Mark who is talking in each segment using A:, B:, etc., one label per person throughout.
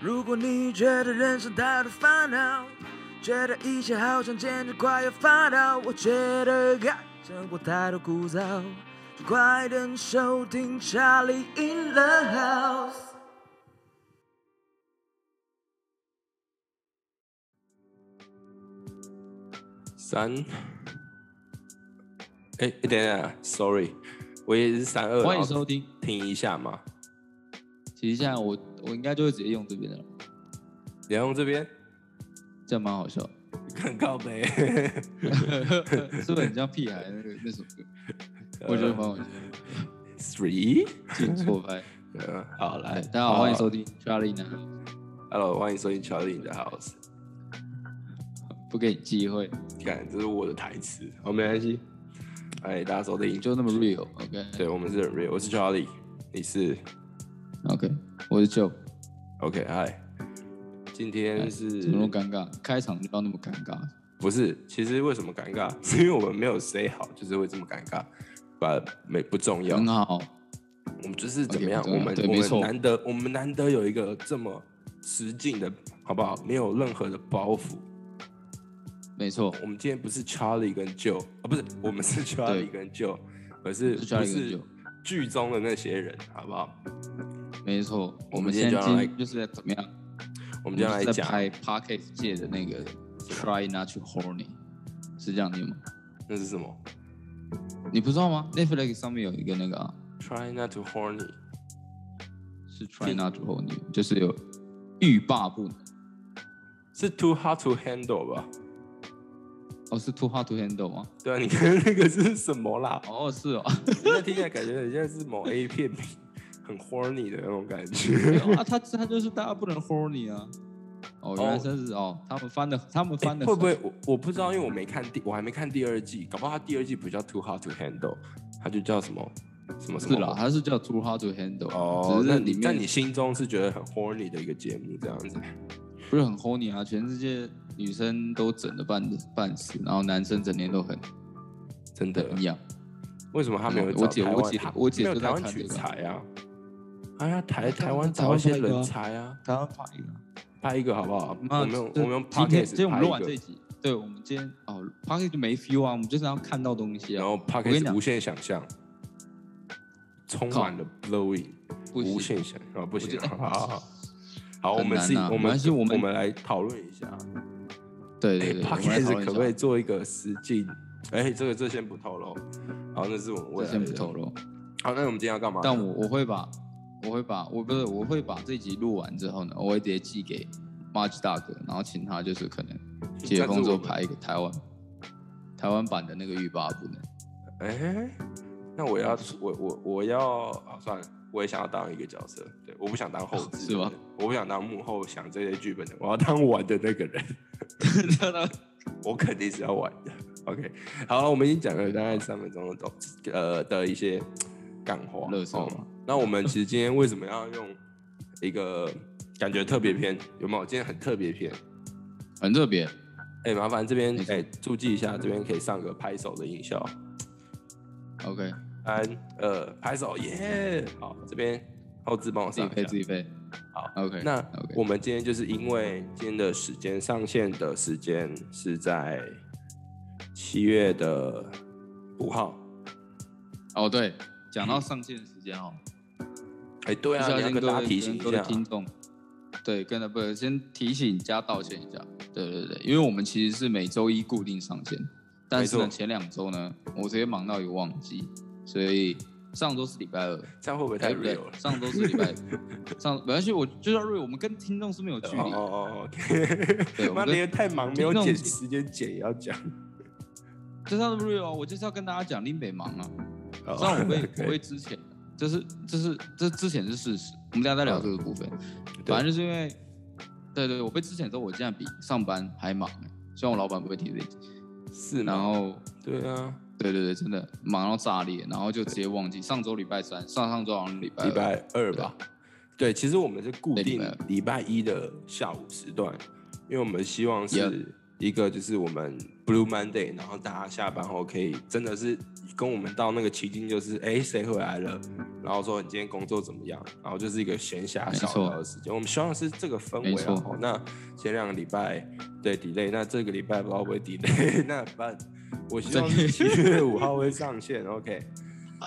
A: 如果你觉得人生太多烦恼，觉得一切好像简直快要发抖，我觉得该生活太多枯燥，就快点收听《Charlie in the House》。
B: 三，哎、等等一下，sorry，我也是三二，
C: 欢迎
B: 然后
C: 收听。
B: 听一下嘛。
C: 其实现在我我应该就会直接用这边的了，
B: 然后这边
C: 这样蛮好笑，
B: 很靠背，
C: 是不是很像屁孩那个那首歌？我觉得蛮好笑，
B: three，
C: 进错拍。
B: 嗯，好啊来
C: 哎，，大家好，欢迎收听 Charlie 呢，
B: Hello，欢迎收听乔丽你的 House。
C: 不给你机会，
B: 看，这是我的台词，好，没关系。哎，大家收
C: 你
B: 听，
C: 就那么 real，OK
B: 对我们是 Real，我是 Charlie，你是
C: OK，我是 Joe，
B: OK，嗨。今天是
C: 哎怎么那么尴尬？开场就要那么尴尬？
B: 不是，其实为什么尴尬？是因为我们没有 say 好，就是会这么尴尬。把没不重要
C: 很，好，
B: 我们就是怎么样
C: OK，
B: 我
C: 不
B: 们
C: 重要对
B: 我
C: 没错
B: 们难得我们难得有一个这么实劲的，好不好？没有任何的包袱。
C: 没错，
B: 我们今天不是 Charlie 跟 Joe 啊，不是，我们是 Charlie 跟 Joe，而是
C: 是 Charlie
B: 不
C: 跟
B: 是
C: Joe
B: 剧中的那些人，好不好？
C: 没错。
B: 我
C: 我
B: 们
C: 们
B: 今天
C: 现
B: 就
C: 在
B: 要
C: 今
B: 来
C: 天就是在怎么样？
B: 我
C: 我
B: 们就要来
C: 就是在
B: 讲，
C: 拍 Pocket 界的那个 Try Not to Horny，是这样念吗？
B: 那是什么
C: 你不知道吗？Netflix 上面有一个那个啊，
B: ？Try not to horny，
C: 是 Try Not to Horny，就是有欲罢不能。
B: 是 too hard to handle 吧？
C: 哦，是 Too Hard to Handle 吗？
B: 对啊，你看那个是什么啦？
C: 哦，是 哦，
B: 那听起来感觉很像是某 A 片名，很 horny 的那种感
C: 没
B: 觉。
C: 有啊，他他就是大家不能 Horny 啊。哦，原来真是哦，他们翻的，他们翻的、
B: 哎会不会我我不知道，因为我没看第，我还没看第二季，搞不好他第二季不叫 too hard to handle，他就叫什么什么什
C: 是
B: 么。
C: 啦？他是叫 Too Hard to Handle，
B: 哦，
C: 只
B: 那
C: 是
B: 你
C: 里
B: 在
C: 面
B: 你心中是觉得很 horny 的一个节目这样子，
C: 不是很 horny 啊，全世界女生都整的半半死，然后男生整天都很
B: 真的？
C: 一样。
B: 为什么他没有
C: 我
B: 找
C: 姐
B: 台
C: 我
B: 湾
C: 姐
B: 台
C: 我姐
B: 没有
C: 就在
B: 台湾
C: 看这
B: 取
C: 个
B: 材啊？哎呀，台
C: 台
B: 台湾
C: 湾台
B: 找一
C: 湾
B: 些
C: 拍一个
B: 人
C: 啊
B: 才啊，
C: 台湾拍一个，
B: 拍一个好不好？
C: 那
B: 我们用我
C: 这
B: 们用
C: 今天今
B: podcast
C: 天我们录完
B: 拍
C: 这
B: 一
C: 一
B: 个，
C: 集，啊对，我们今天哦 p o c k e t 就没 feel 啊，我们就是要看到东西啊，
B: 然后
C: 我跟你
B: podcast
C: 讲
B: 无限想象，充满了 blowing，
C: 不行
B: 无限想啊，不行
C: 我觉得
B: 啊，好好好，好，我
C: 很
B: 们
C: 难
B: 是，
C: 啊
B: 我
C: 没
B: 们
C: 关系我
B: 我
C: 们
B: 们来讨论一下
C: 对对对，我们来讨
B: ，podcast
C: 论一
B: 哎可
C: 下
B: 不可以？做一个实际？哎，这个这先不透露，好，那是我们未
C: 我
B: 来
C: 先不
B: 的
C: 透露，
B: 好，那我们今天要干嘛？
C: 但我我会把我会把我不是我会把这集录完之后呢，我会直接寄给 March 大哥，然后请他就是可能解封之后拍一个台湾台湾版的那个欲罢不能。
B: 哎、那我要我我我要啊，算了，我也想要当一个角色，对，我不想当后置，
C: 是吗？
B: 我不想当幕后想这些剧本的，我要当玩的那个人， 我肯定是要玩的。OK，好，我们已经讲了大概三分钟的东，呃的一些干话，
C: 垃圾
B: 哦
C: 话
B: 那我们其实今天为什么要用一个感觉特别篇？有没有？今天很特别篇。
C: 很特别，
B: 哎、麻烦这边
C: 没错
B: 哎、注记一下，这边可以上个拍手的音效。
C: OK，
B: 三二拍手耶！好，这边后置帮我
C: 自
B: 上
C: 己
B: 一下
C: 配自己配。
B: 好
C: ，OK，
B: 那
C: OK，
B: 我们今天就是因为今天的时间上线的时间是在七月的五号。
C: 哦对，讲到上线的时间哦，
B: 哎、对
C: 不
B: 啊，
C: 小
B: 你要跟
C: 心各
B: 大
C: 位
B: 家提醒
C: 各
B: 一
C: 位
B: 下，
C: 听众，对，跟他不先提醒加道歉一下，对对对，因为我们其实是每周一固定上线，但是
B: 没
C: 呢
B: 错
C: 前两周呢，我直接忙到一个忘记，所以上周是礼拜二，
B: 这样会不会
C: 哎
B: 太
C: 不对
B: real 了？
C: 上周是礼拜上，没关系，我就要瑞，我们跟听众是没有距
B: 哦
C: 离，
B: 哦哦
C: 对
B: ，OK，
C: 我
B: 妈
C: 们
B: 连太忙没有
C: 听众
B: 剪时间剪也要 讲，
C: 就是要瑞哦，我就是要跟大家讲林北忙啊，
B: 哦
C: 这样我会
B: OK
C: 我会之前，这是这是这之前是事实，我们等一下再聊这个部分。反正就是因为，对对，我被之前之后，我竟然比上班还忙、欸，虽然我老板不会听这一集，
B: 是
C: 然
B: 吗？
C: 后
B: 对啊，
C: 对对对，真的忙到炸裂，然后就直接忘记上周礼拜三，上上周好像礼拜二
B: 礼拜二吧。对，其实我们是固
C: 呃对礼
B: 定
C: 拜二
B: 礼拜一的下午时段，因为我们希望
C: Yep
B: 是一个就是我们 Blue Monday，然后大家下班后可以真的是跟我们到那个奇境，就是哎谁回来了，然后说你今天工作怎么样，然后就是一个闲暇
C: 没
B: 小
C: 错
B: 聊的时间。我们希望是这个氛
C: 没
B: 围
C: 错
B: 啊。好那前两个礼拜对 delay，那这个礼拜不知道会不会 delay，那 反我希望是七月五号会上线。OK，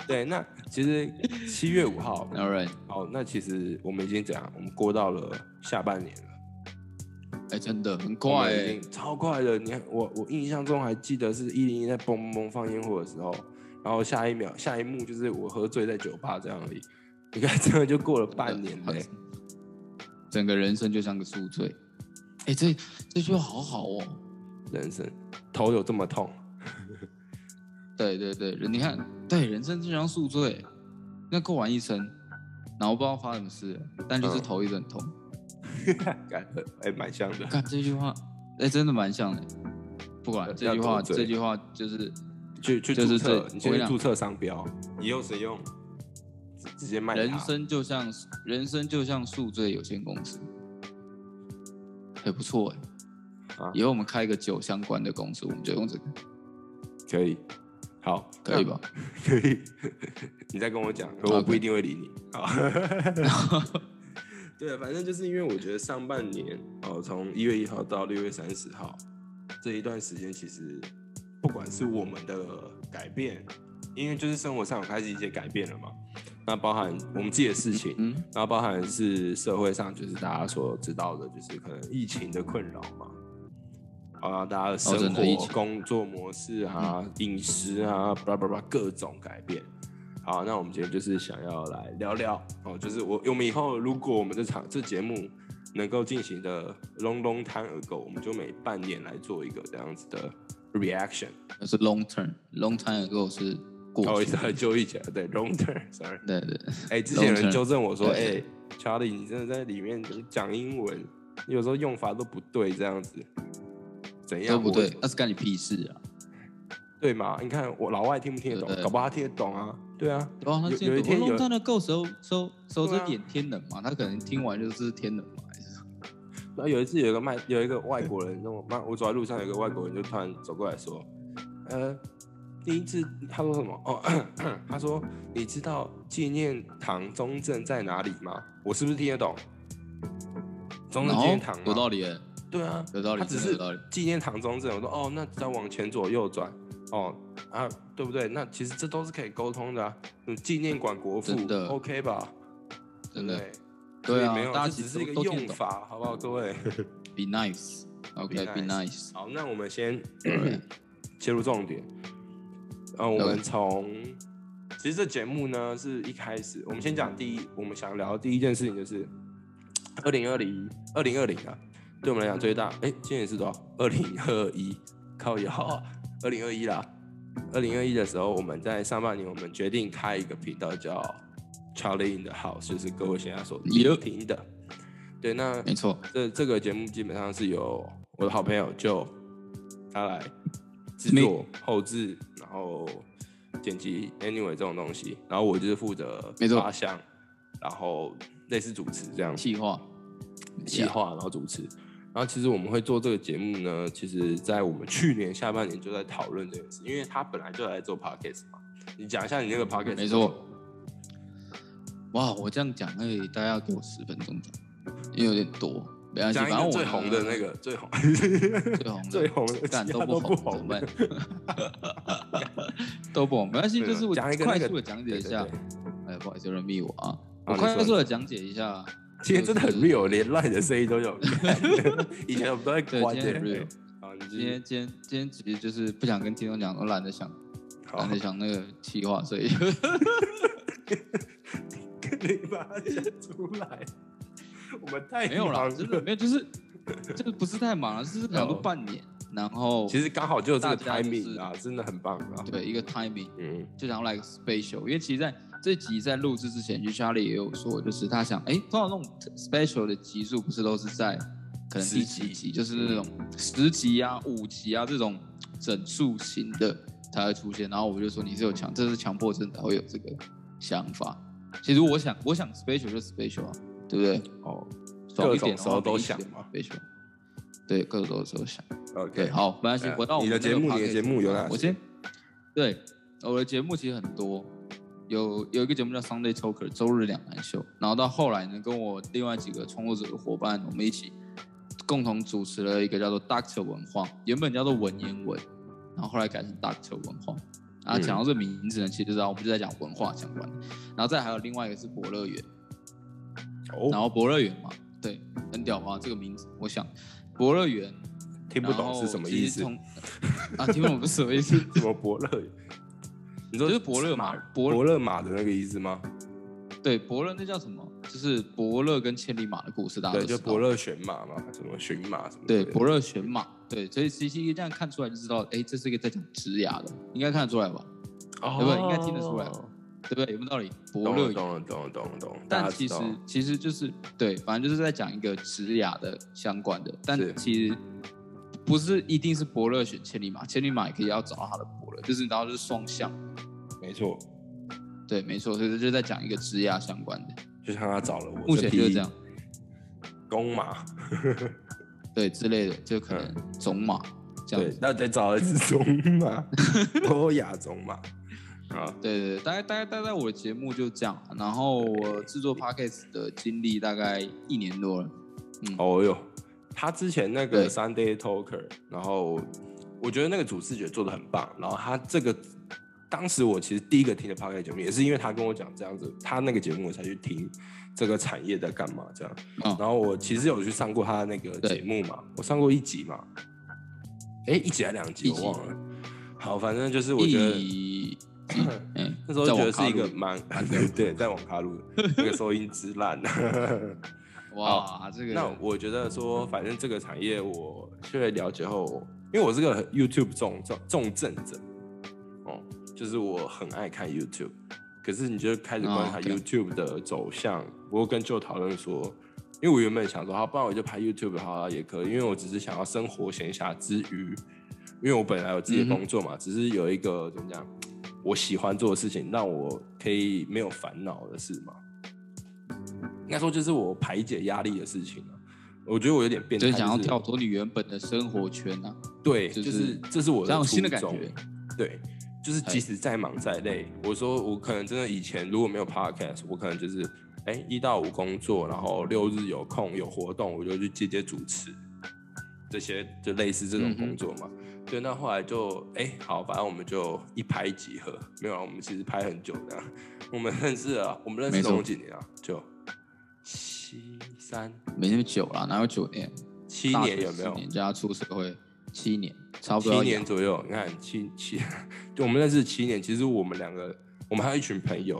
B: 对，那其实七月五 号
C: All right，
B: 好，那其实我们已经怎样？我们过到了下半年了，
C: 哎、真的很
B: 我
C: 快、
B: 们已
C: 欸，
B: 经超快了。你看，我我印象中还记得是一零一在嘣嘣嘣放烟火的时候，然后下一秒下一幕就是我喝醉在酒吧这样而已。你看， 真的就过了半年嘞、
C: 整个人生就像个宿醉。哎、这这句话好好哦。
B: 人生头有这么 痛？
C: 对对对，人你看，对人生就像宿醉，那过完一生，然后不知道发生什么事了，但就是
B: 嗯
C: 头一阵痛。
B: 感觉哎，蛮像的。
C: 看、这句话，哎、真的蛮像的。不管
B: 要
C: 这句话，
B: 斗嘴
C: 这句话就是
B: 去去
C: 就
B: 注
C: 是
B: 册，
C: 这
B: 你先
C: 我
B: 去
C: 想
B: 注册商标，以后谁用直直接卖
C: 人
B: 它
C: 生就像人生就像宿醉有限公司，也不错哎、
B: 啊
C: 以后我们开一个酒相关的公司，我们就用这个，
B: 可以。好，
C: 可以吧？
B: 可以， 你再跟我讲，可我不一定会理你。啊。 对，啊反正就是因为我觉得上半年哦，从一月一号到六月三十号这一段时间，其实不管是我们的改变，因为就是生活上有开始一些改变了嘛，那包含我们自己的事情，
C: 嗯，
B: 然后包含是社会上就是大家所知道的，就是可能疫情的困扰嘛，啊，大家的生
C: 哦真
B: 活、
C: 的疫情嗯
B: 工作模式啊、饮食啊，巴拉巴拉各种改变。好，那我们今天就是想要来聊聊哦，就是我我们以后如果我们这场这节目能够进行的 long long time ago，我们就每半年来做一个这样子的 reaction，
C: 那是 long term，long time ago 是
B: 哦，
C: 过
B: 也
C: 去
B: 是，很久以前了，对 long term，sorry。
C: 对对，
B: 哎、之前有
C: Long
B: 人
C: term
B: 纠正我说，哎、
C: 对
B: c h a r l i e 你真的在里面讲英文，你有时候用法都不对，这样子，怎样
C: 都不对
B: 我，
C: 那是干你屁事啊！
B: 对嘛？你看我老外听不听得懂
C: 对？对
B: 搞不好他听得懂啊，对啊。
C: 对啊，他
B: 有
C: 现
B: 有
C: 在
B: 一天
C: 我
B: 有
C: 弄到那够熟熟熟
B: 对啊
C: 这点天冷嘛，他可能听完就是天冷嘛，还是
B: 然后有一次有一个卖有一个外国人，那我慢我走在路上，有一个外国人就突然走过来说，呃，第一次他说什么？哦， 他说你知道纪念堂中正在哪里吗？我是不是听得懂？中正纪念
C: 然
B: 堂
C: 后
B: 吗
C: 哦有道理耶，
B: 对啊，
C: 有道理
B: 他只
C: 真的
B: 是
C: 有道理
B: 纪念堂中正，我说哦，那再往前左右转，哦啊，对不对？那其实这都是可以沟通的啊。嗯纪念馆国父
C: 真的
B: ，OK 吧？对
C: 真
B: 不
C: 的
B: 对？所
C: 对
B: 以
C: 啊
B: 没有，，
C: 大家
B: 这
C: 其
B: 只
C: 实
B: 是一个
C: 都都听
B: 用
C: 得懂
B: 法，好不好，各位？
C: ，be nice，OK，be nice，
B: 好，那我们先 切入重点。呃，我们
C: OK
B: 从其实这节目呢是一开始，我们先讲第一，我们想聊的第一件事情就是二零二零二零二零啊，对我们来讲最大。哎、今年是多少？二零二一，靠摇，二零二一啦。二零二一的时候，我们在上半年，我们决定开一个频道叫 Charlie in the House，就是各位现在所
C: Yep
B: 听的。对，那
C: 没错，
B: 这这个节目基本上是由我的好朋友就他来制
C: Me
B: 作、后置，然后剪辑，anyway 这种东西，然后我就是负责
C: 没错
B: 发想，然后类似主持这样
C: 气话，
B: 企
C: Yeah
B: 划，然后主持。然后其实我们会做这个节目呢，其实在我们去年下半年就在讨论这件事，因为他本来就来做 podcast 嘛。你讲一下你那个 podcast，
C: 啊没错。哇，我这样讲，那大概要给我十分钟讲，因为有点多，没关系，
B: 讲
C: 反
B: 一个
C: 正我呢
B: 最红的那个最红
C: 最红的
B: 最红的，
C: 干
B: 其
C: 都
B: 他都
C: 不
B: 红
C: 怎么办？ 都不红，没关系，
B: 对啊
C: 就是我
B: 讲一个那
C: 快
B: 个
C: 速的讲解一 下
B: 对对。对
C: 哎，不好意思，有人密我啊，
B: 好
C: 我
B: 你
C: 快
B: 说
C: 速的讲解一下。
B: 今天真的很
C: 就是
B: real，连 line 的声音都有。 以前我们都在
C: 对
B: 关
C: 今
B: 的
C: 天。很 real
B: 好，你
C: 今
B: 今天
C: 天今天今天其实就是不想跟听众讲，我懒得想，
B: 好
C: 懒，得想那个企划，所以
B: 你把它讲出来。我们太
C: 没有啦，
B: 忙
C: 真的
B: 了。
C: 没有，就是就是不是太忙了，就是想说
B: 哦
C: 半年，然后
B: 其实刚好就有这个
C: 大家就是
B: timing 啊，真的很棒啊。
C: 对一个 timing，
B: 嗯，
C: 就想要来个 special，因为其实在这集在录制之前，就 Charlie 也有说，就是他想，哎、通常那种 special 的集数不是都是在可能第
B: 十集
C: 几集，就是那种十集啊、五集啊这种整数型的才会出现。然后我就说你是有强，这是强迫症才会有这个想法。其实我想，我想 special 就 special 啊，对不对？
B: 哦
C: 爽一
B: 各种
C: 点的
B: 时
C: 话
B: 候都
C: 每一集
B: 想嘛
C: special，对，各种时候想。对，
B: ，OK，
C: 好，没关系
B: 对，啊
C: 回到我
B: 你
C: 们
B: 的节
C: 那个
B: 目你的
C: podcast
B: 节目有哪
C: 我
B: 些
C: 先对我的节目其实很多，有有一个节目叫 Sunday Talker，周日两难秀。然后到后来呢，跟我另外几个创作者的伙伴，我们一起共同主持了一个叫做 Doctor 文化，原本叫做文言文，然后后来改成 Doctor 文化。啊，
B: 嗯
C: 讲到这名字呢，其实就啊知道我们就在讲文化相关的。然后再还有另外一个是伯乐园，
B: 哦，
C: 然后伯乐园嘛，对，很屌吧这个名字，我想伯乐园
B: 听不懂是什么意思？
C: 然后其实从啊，听不懂是什么 意思？
B: 什么伯乐？你说
C: 就是伯乐嘛，伯
B: 伯乐马的那个意思吗？
C: 对伯乐那叫什么？就是伯乐跟千里马的故事，大家
B: 对，
C: 都
B: 就
C: 知道
B: 伯。乐选马嘛，什么驯马什么之
C: 对
B: 类的。
C: 伯乐选马，对，所以其实这样看出来就知道，哎，这是一个在讲植牙的，应该看得出来吧？
B: 哦，
C: 对不对应该听得出来对不对？有没有道理？伯
B: 懂
C: 乐
B: 了，
C: 园，
B: 懂了，懂了，懂了，懂了。大
C: 但
B: 家
C: 其
B: 知
C: 实
B: 道啊
C: 其实就是对，反正就是在讲一个植牙的相关的，但
B: 是
C: 其实不是一定是伯乐选千里马，千里马也可以要找到他的伯乐，就是然后就是双向，
B: 没错，
C: 对，没错，所以这就是在讲一个植牙相关的，
B: 就像他找了我，
C: 目前就是这样。，
B: 公马，
C: 对之类的，就可能种马这
B: 嗯
C: 样
B: 对
C: 子。，
B: 那得找一只种马， 欧亚种马啊，
C: 对对对，大概大概大概我的节目就这样，然后我制作 podcast 的经历大概一年多了，
B: 哦哟，他之前那
C: 对
B: 个 Sunday Talker，然后我觉得那个主视觉做的很棒，然后他这个当时我其实第一个听的 p o d c a s t 节目，也是因为他跟我讲这样子，他那个节目我才去听这个产业在干嘛这样，
C: 嗯
B: 然后我其实有去上过他的那个
C: 对
B: 节目嘛，我上过一集嘛，哎，一集还两集
C: 一
B: 我
C: 集
B: 忘了，好，反正就是我觉得。
C: 一，嗯，
B: 那时候
C: 在
B: 觉
C: 网
B: 得
C: 咖
B: 是一个
C: 录
B: 蛮 对，在网咖录的那个收音之烂。
C: 哇，这个
B: 那我觉得说，反正这个产业我确了解后，因为我是个 YouTube 重重重症者，哦，就是我很爱看 YouTube，可是你就开始观察
C: 哦，OK
B: YouTube 的走向。我跟舅讨论说，因为我原本想说，好，不然我就拍 YouTube 好了，也可以，因为我只是想要生活闲暇之余，因为我本来有自
C: 嗯
B: 己的工作嘛，只是有一个怎么讲，我喜欢做的事情，让我可以没有烦恼的事嘛。应该说就是我排解压力的事情啊。我觉得我有点变态，
C: 就是想要
B: 是
C: 跳脱你原本的生活圈啊，
B: 对，
C: 就
B: 就是是这是我
C: 这样
B: 的
C: 有新的
B: 初
C: 感
B: 衷
C: 觉。哎
B: 对，就是即使再忙再累，我说我可能真的以前如果没有 podcast，我可能就是哎一、到五工作，然后六日有空有活动，我就去接接主持，这些就类似这种
C: 嗯哼
B: 工作嘛。对，那后来就哎、好，反正我们就一拍即合，没有啊，我们其实拍很久的啊， 我们认识了，我们认
C: 没
B: 识
C: 错
B: 总共几年啊？就七三
C: 没那么久了，哪有九年？
B: 七
C: 大
B: 年
C: 学
B: 有没
C: 四
B: 有？
C: 年加出社会七年，差不多
B: 七
C: 要
B: 年
C: 养
B: 左右，你看七七， 就我们认识七年，其实我们两个，我们还有一群朋友，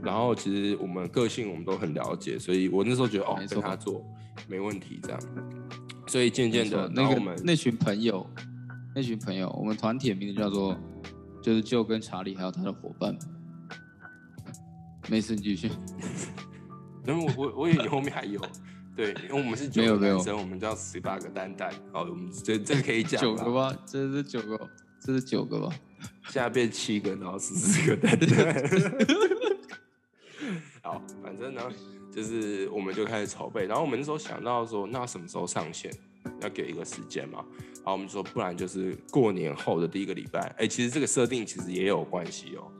B: 然后其实我们个性我们都很了解，所以我那时候觉得哦
C: 没，错
B: 跟他做没问题这样，所以渐渐的，然
C: 那
B: 后
C: 个
B: 我们
C: 那群朋友，那群朋友，我们团体的名字叫做，就是就跟查理还有他的伙伴。没事，你继续。
B: 然后我我我以为你后面还有，对，因为我们是九
C: 没有没
B: 个
C: 有
B: 男生，我们叫十八个蛋蛋，哦，我们这这个可以讲
C: 九
B: 吧
C: 个吧，这是九个，这是九个吧？
B: 现在变七个，然后十四个蛋蛋。 好，反正呢，就是我们就开始筹备，然后我们那时候想到说，那什么时候上线？要给一个时间嘛，然后我们就说，不然就是过年后的第一个礼拜。哎、其实这个设定其实也有关系哦。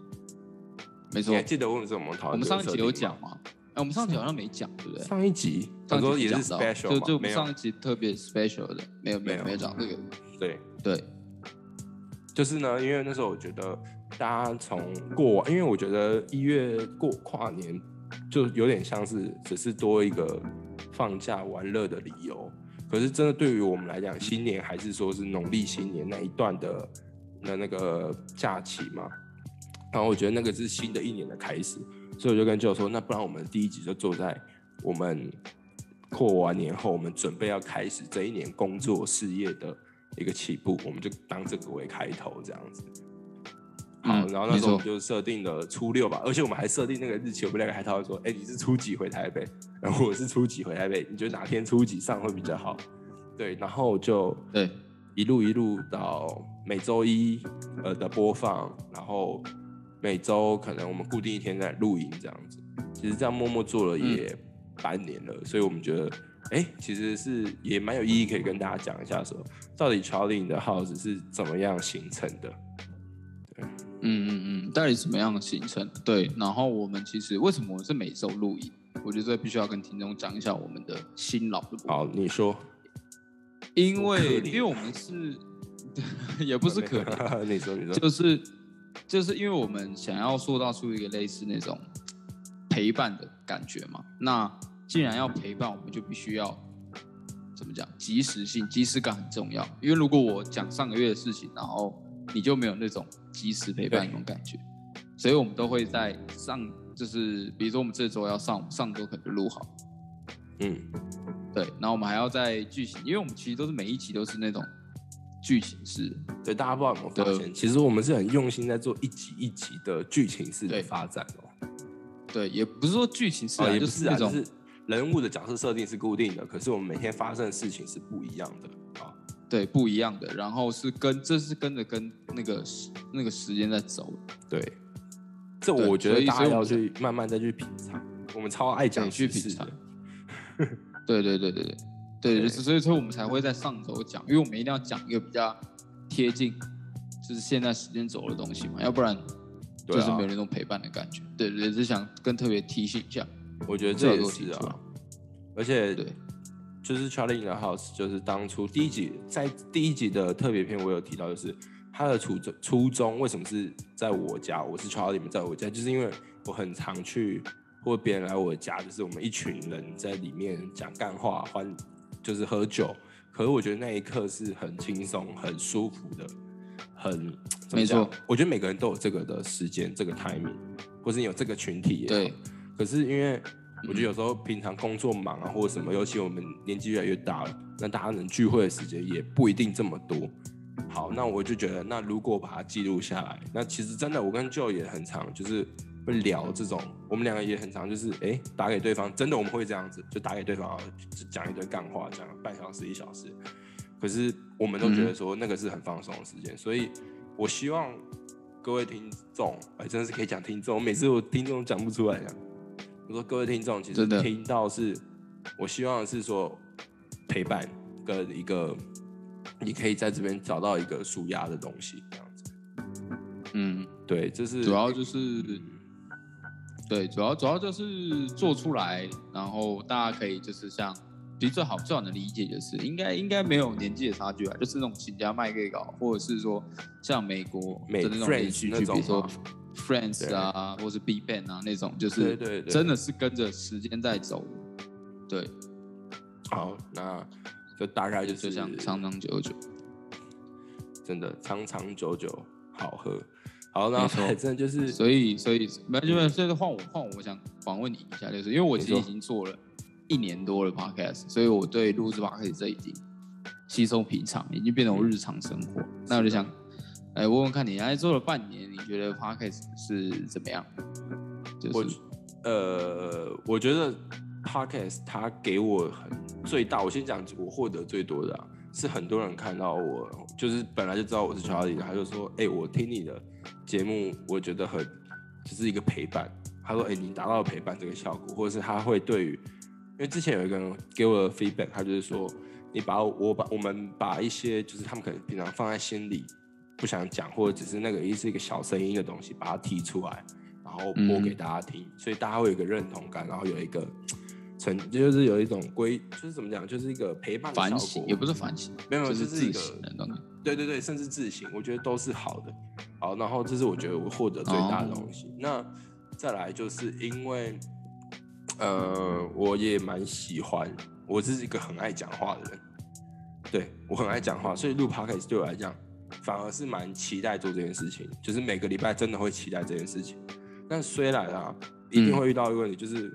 C: 没错
B: 你还，记得我们怎么讨
C: 我
B: 论
C: 们
B: 这个
C: 上一
B: 设
C: 集
B: 定
C: 有
B: 吗？
C: 讲嘛？哎，我们上一集好像没讲，对不对？
B: 上一集，他
C: 上
B: 说
C: 一集
B: 也
C: 讲
B: 是
C: 到，
B: special
C: 就就
B: 嘛，没
C: 我们
B: 有
C: 上一集特别 special 的，没有没
B: 没
C: 有
B: 有
C: 没有讲这个，
B: 对，
C: 对，
B: 就是呢，因为那时候我觉得大家从过完，因为我觉得一月过跨年就有点像是只是多一个放假玩乐的理由。可是真的对于我们来讲，新年还是说是农历新年那一段的那那个假期嘛。然后我觉得那个是新的一年的开始，所以我就跟舅说，那不然我们第一集就坐在我们过完年后，我们准备要开始这一年工作事业的一个起步，我们就当这个为开头这样子。好，
C: 嗯
B: 然后那时候我
C: 没错
B: 们就设定了初六吧，而且我们还设定那个日期，我们两个还讨论说，哎、你是初几回台北？然后我是初几回台北？你觉得哪天初几上会比较好？对，然后就
C: 对
B: 一路一路到每周一呃的播放，然后每周可能我们固定一天在录音这样子。其实这样默默做了
C: 嗯
B: 也半年了，所以我们觉得，哎、其实是也蛮有意义，可以跟大家讲一下说，到底 Charlie 你的 House 是怎么样形成的？
C: 嗯嗯嗯，到底怎么样形成？对，然后我们其实为什么我是每周录影？我觉得这必须要跟听众讲一下我们的辛劳的部分
B: 好，你说，
C: 因
B: 多可
C: 为
B: 怜
C: 因为我们是，也不是可 怜，
B: 你说你说，
C: 就是就是因为我们想要塑造出一个类似那种陪伴的感觉嘛。那既然要陪伴，我们就必须要怎么讲？及时性、及时感很重要。因为如果我讲上个月的事情，然后你就没有那种及时陪伴
B: 对
C: 那种感觉，所以我们都会在上，就是比如说我们这周要上，我们上周可能就录好。
B: 嗯，
C: 对，然后我们还要在剧情，因为我们其实都是每一集都是那种剧情式的，
B: 对，大家不知道有没有发
C: 对
B: 现，其实我们是很用心在做一集一集的剧情式的
C: 对
B: 发展哦，
C: 对，也不是说剧情式、啊，
B: 哦，也
C: 就
B: 不是啊，
C: 那种、
B: 就是人物的角色设定是固定的，可是我们每天发生的事情是不一样的啊，
C: 对不一样的，然后是跟这是跟着跟那个时那个时间在走，
B: 对，这
C: 对
B: 我觉得
C: 所以
B: 大
C: 所
B: 家
C: 以我
B: 要
C: 们
B: 去慢慢再去品尝，我们超爱讲
C: 对去
B: 时
C: 品
B: 事的
C: 尝对对对对对对，
B: 对
C: 就是所以说我们才会在上周讲，因为我们一定要讲一个比较贴近就是现在时间轴的东西嘛，要不然
B: 对
C: 就
B: 啊
C: 是没有那种陪伴的感觉。对对对，只想跟特别提醒一下，
B: 我觉得
C: 这
B: 这
C: 个
B: 也
C: 都
B: 是
C: 提出来
B: 啊，而且
C: 对
B: 就是 Charlie in the House，就是当初第一集在第一集的特别篇，我有提到，就是他的初衷初衷为什么是在我家，我是 Charlie 们在我家，就是因为我很常去或别人来我家，就是我们一群人在里面讲干话，欢就是喝酒，可是我觉得那一刻是很轻松、很舒服的，很怎么
C: 没
B: 讲
C: 错
B: 我觉得每个人都有这个的时间、这个 timing，或是你有这个群体也好
C: 对，
B: 可是因为我觉得有时候平常工作忙啊，或者什么，尤其我们年纪越来越大了，那大家能聚会的时间也不一定这么多。好，那我就觉得，那如果把它记录下来，那其实真的我跟 Joe 也很常就是会聊这种，我们两个也很常就是哎、诶打给对方，真的我们会这样子，就打给对方然后就讲一堆干话，讲半小时一小时。可是我们都觉得说那个是很放松的时间，所以我希望各位听众，哎、真的是可以讲听众，每次我听众讲不出来啊。我说各位听众，其实
C: 真的
B: 听到是，我希望是说陪伴跟一个，你可以在这边找到一个舒压的东西，这样子。
C: 嗯，
B: 对，这是
C: 主要就是对，主要主要就是做出来，然后大家可以就是像，其实最好最好能理解就是，应该应该没有年纪的差距啊，就是那种请家卖给稿，或者是说像美国
B: 美
C: 的那种
B: Friends
C: 连续
B: 那
C: 剧，比
B: 种
C: 如说
B: 吗
C: Friends 啊，或是 Big Bang 啊那种，就
B: 对对
C: 是
B: 对
C: 真的是跟着时间在走的，对，
B: 好，那就大概就是
C: 就像长长久久，
B: 真的长长久久好喝。好，那
C: 没错
B: 反正就是
C: 所以所以没有没
B: 嗯
C: 有，这是换我换我，我想访问你一下，就是因为我其
B: 你说
C: 实已经做了一年多了 podcast，所以我对录制 podcast 这已经稀松平常，已经变成我日常生活。
B: 嗯
C: 那我就想，哎，问问看你，哎，做了半年，你觉得 podcast 是怎么样？就
B: 我
C: 是
B: 呃，我觉得 podcast 它给我很最大，我先讲我获得最多的啊、是很多人看到我，就是本来就知道我是 Charlie 的，他就说：“哎、我听你的节目，我觉得很就是一个陪伴。”他说：“哎、你达到了陪伴这个效果，或者是他会对于，因为之前有一个人给我的 feedback，他就是说，你把我把我们把一些就是他们可能平常放在心里不想讲，或者只是那个一是一个小声音的东西，把它提出来，然后播
C: 嗯
B: 给大家听，所以大家会有一个认同感，然后有一个。”成就是有一种归，就是怎么讲，就是一个陪伴的效
C: 反
B: 果
C: 省，也不是反省，
B: 没有，
C: 就
B: 这
C: 是
B: 是一个
C: 自省的东西。
B: 对对对，甚至自省，我觉得都是好的。好，然后这是我觉得我获得最大的东西。那再来就是因为，呃，我也蛮喜欢，我是一个很爱讲话的人，对我很爱讲话，所以录 podcast 对我来讲，反而是蛮期待做这件事情，就是每个礼拜真的会期待这件事情。但虽然啊，一定会遇到一个问题，就是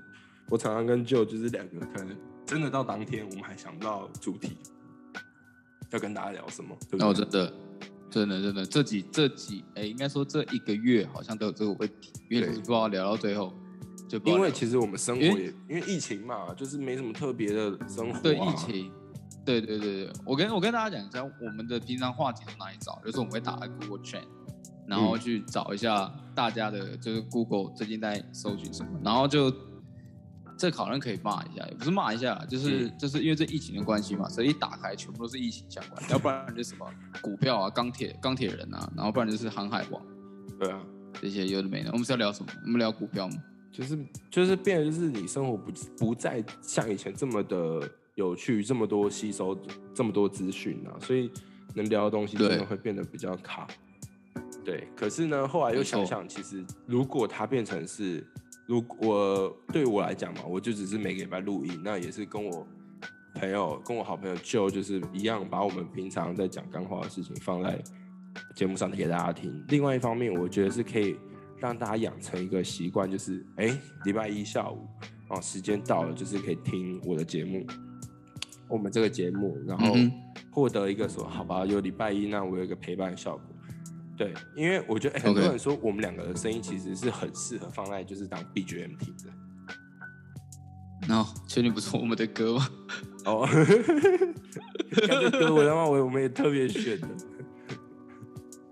B: 我常常跟 Joe 就是两个可能真的到当天我们还想不到主题。要跟大家聊什么？对不对？
C: 那我真的。真的，真的，这几这几，哎，应该说这一个月好像都有这个问题，因为
B: 对
C: 不知道聊到最后，就不知道
B: 因为
C: 聊
B: 其实我们生活
C: 因为
B: 也因为疫情嘛，就是没什么特别的生活、啊。
C: 对疫，情，对对对对，我跟我跟大家讲一下，我们的平常话题从哪里找，就是我们会打开 Google Trend，然后去找一下大家的，就是 Google 最近在搜寻什么，然后就这好像可以骂一下，也不是骂一下啦，就是、就是因为这疫情的关系嘛，所以一打开全部都是疫情相关的，要不然就是什么股票啊、钢铁钢铁人啊，然后不然就是航海王，
B: 对啊，
C: 这些有的没的。我们是要聊什么？我们聊股票吗？
B: 就是就是变，就是你生活不不再像以前这么的有趣，这么多吸收，这么多资讯啊，所以能聊的东西真
C: 对
B: 的会变得比较卡。对，可是呢，后来又
C: 没
B: 想
C: 错
B: 想，其实如果它变成是，如我对我来讲嘛，我就只是每个礼拜录音，那也是跟我朋友、跟我好朋友就就是一样，把我们平常在讲干话的事情放在节目上给大家听。另外一方面，我觉得是可以让大家养成一个习惯，就是哎，礼拜一下午哦，时间到了，就是可以听我的节目，我们这个节目，然后
C: 嗯哼
B: 获得一个说好吧，有礼拜一，那我有一个陪伴效果。对，因为我觉得、哎很
C: OK
B: 多人说我们两个的声音其实是很适合放在就是当 BGM 听的。
C: 然后确定不是我们的歌吗？
B: 哦， 感觉歌我的话，我我们也特别选的。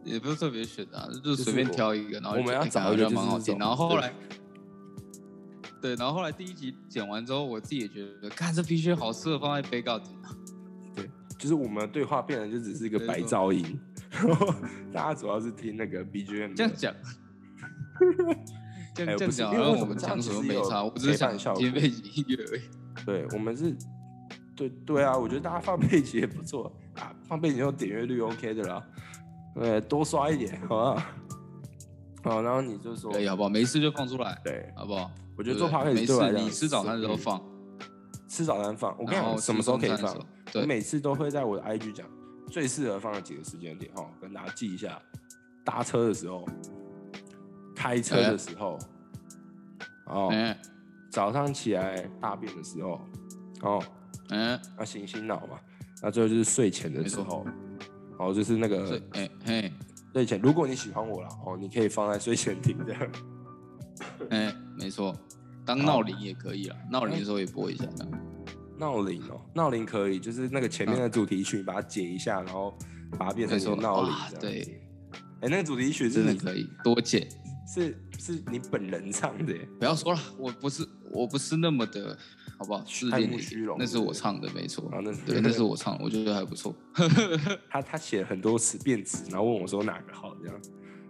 C: 也不是特别选啊，就是
B: 是
C: 随便
B: 我
C: 挑一个，然后
B: 我们要
C: 就觉得
B: 找
C: 哎
B: 一个
C: 感
B: 就
C: 觉
B: 是
C: 蛮好
B: 这
C: 听。
B: 种
C: 然后后
B: 对
C: 来，对，然后后来第一集剪完之后，我自己也觉得，看这必须好适合放在背稿底。
B: 对，就是我们的对话变成就只是一个
C: 没
B: 白
C: 错
B: 噪音，然后大家主要是听那个 BGM 的。
C: 这样讲，这
B: 哎
C: 样这
B: 不
C: 样
B: 是
C: 讲，
B: 因为
C: 然后
B: 为什
C: 我
B: 么
C: 们
B: 这样
C: 讲
B: 其
C: 什么
B: 实
C: 没
B: 有
C: 差，我只是
B: 陪伴
C: 想
B: 效
C: 接
B: 果
C: 背景音 乐而已。
B: 对，我们是，对对啊，我觉得大家放背景也不错啊，放背景有点阅率 OK 的啦，对，多刷一点，好吧？好，然后你就说
C: 可，以好不啊好？没事就放出来，
B: 对，
C: 好不好？
B: 我觉得
C: 对
B: 做
C: 不对
B: podcast
C: 没
B: 对我来
C: 事，
B: 讲
C: 你吃早餐的时候
B: 是
C: 放，
B: 吃早餐放，我跟你
C: 然后
B: 讲，什么时候可以
C: 吃中
B: 放
C: 餐的时候？
B: 我
C: 对
B: 每次都会在我的 IG 讲最适合放的几个时间点哦，跟大家记一下：搭车的时候，开车的时候，哦，
C: 哎
B: 早上起来大便的时候，哦，
C: 哎，
B: 啊，醒醒脑嘛，那最后就是睡前的时候，哦，就是那
C: 所
B: 个
C: 以哎嘿
B: 睡前，如果你喜欢我了，哦，你可以放在睡前听这样。
C: 哎，没错，当闹铃也可以了，闹铃的时候也播一下这样。
B: 闹铃哦，闹铃可以，就是那个前面的主题曲，把它解一下，然后把它变成
C: 嗯没
B: 你的
C: 错，
B: 闹铃
C: 啊。
B: 这样，
C: 对，
B: 哎，那个主题曲是
C: 真的
B: 你
C: 可以多剪。
B: 是是你本人唱的耶，
C: 不要说了，我不是我不是那么的，好不好？自恋
B: 慕
C: 一
B: 虚
C: 点
B: 荣，
C: 那是
B: 对不
C: 我
B: 对
C: 唱的，没错
B: 啊那是。
C: 对，那是我唱的，我觉得还不错。
B: 他他写了很多词变词，然后问我说哪个好这样。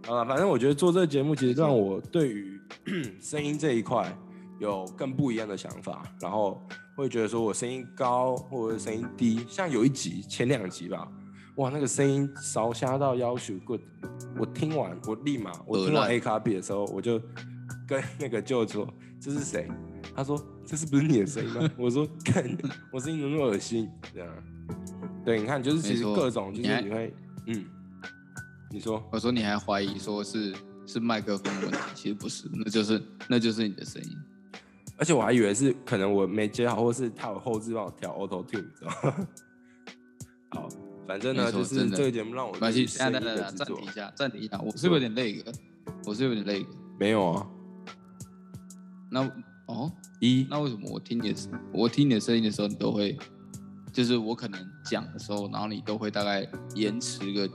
B: 啊，反正我觉得做这个节目其实让我对于 声音这一块有更不一样的想法，然后会觉得说我声音高或者声音低，像有一集前两集吧，哇，那个声音烧瞎到要求 good，我听完我立马我听
C: 耳
B: 完
C: 烂
B: A 卡 B 的时候，我就跟那个舅说这是谁，他说这是不是你的声音吗？ 我说看我声音怎么那么恶心这样。对，你看，就是其
C: 没
B: 实
C: 错
B: 各种，就
C: 你还
B: 是你会，嗯，你说，
C: 我说你还怀疑说是是麦克风的 问题，其实不是，那就是那就是你的声音。
B: 而且我还以为是可能我没接好，或是他有后置帮我调 Auto Tune，你知道吗？ 好，反正
C: 没
B: 呢，
C: 错
B: 就是
C: 真的
B: 这个节目让我
C: 没
B: 对
C: 关系，
B: 于
C: 等
B: 声音
C: 一下等一
B: 的
C: 下
B: 制
C: 暂
B: 作
C: 停一下，暂停一下，我是不是有点累了，我是不是有点累了。
B: 没有啊，
C: 那哦，
B: 一
C: 那为什么我听你的我听你的声音的时候，你都会，就是我可能讲的时候，然后你都会大概延迟个